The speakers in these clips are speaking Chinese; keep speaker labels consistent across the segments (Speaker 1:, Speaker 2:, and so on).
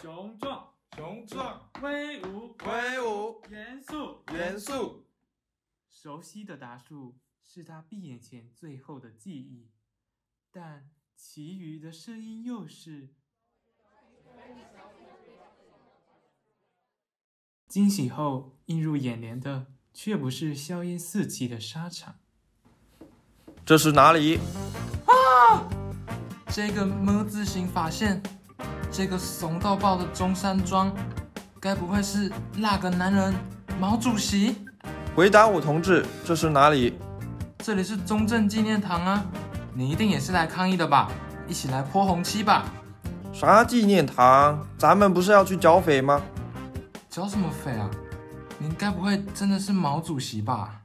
Speaker 1: 雄壮、
Speaker 2: 雄壮、
Speaker 1: 威武、
Speaker 2: 威武、
Speaker 1: 严肃、
Speaker 2: 严肃。
Speaker 3: 熟悉的答数是他闭眼前最后的记忆，但其余的声音又是惊喜后映入眼帘的，却不是硝烟四起的沙场。
Speaker 2: 这是哪里？
Speaker 4: 这个么字形发现，这个怂到爆的中山装，该不会是那个男人毛主席？
Speaker 2: 回答我，同志，这是哪里？
Speaker 4: 这里是中正纪念堂啊，你一定也是来抗议的吧？一起来泼红漆吧！
Speaker 2: 啥纪念堂？咱们不是要去剿匪吗？
Speaker 4: 剿什么匪啊？您该不会真的是毛主席吧？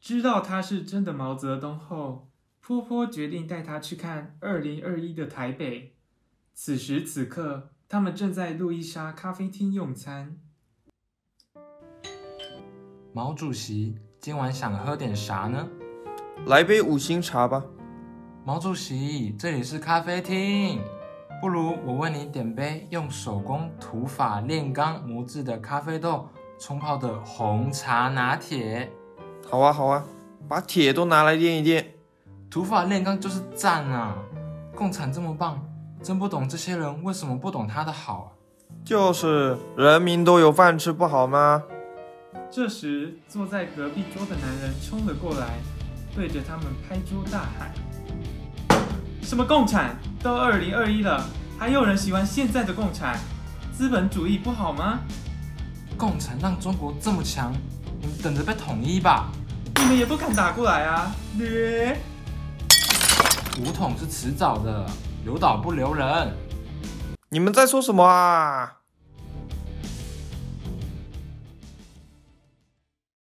Speaker 3: 知道他是真的毛泽东后，波波决定带他去看二零二一的台北。此时此刻，他们正在路易莎咖啡厅用餐。
Speaker 4: 毛主席今晚想喝点啥呢？
Speaker 2: 来杯五星茶吧。
Speaker 4: 毛主席，这里是咖啡厅，不如我为你点杯用手工土法炼钢磨制的咖啡豆冲泡的红茶拿铁。
Speaker 2: 好啊，好啊，把铁都拿来垫一垫。
Speaker 4: 土法炼钢就是赞啊！共产这么棒，真不懂这些人为什么不懂他的好啊！
Speaker 2: 就是人民都有饭吃，不好吗？
Speaker 3: 这时，坐在隔壁桌的男人冲了过来，对着他们拍桌大喊：“什么共产？都二零二一了，还有人喜欢现在的共产？资本主义不好吗？
Speaker 4: 共产让中国这么强，你们等着被统一吧！
Speaker 3: 你们也不敢打过来啊！”略。
Speaker 4: 武统是迟早的，留岛不留人。
Speaker 2: 你们在说什么啊？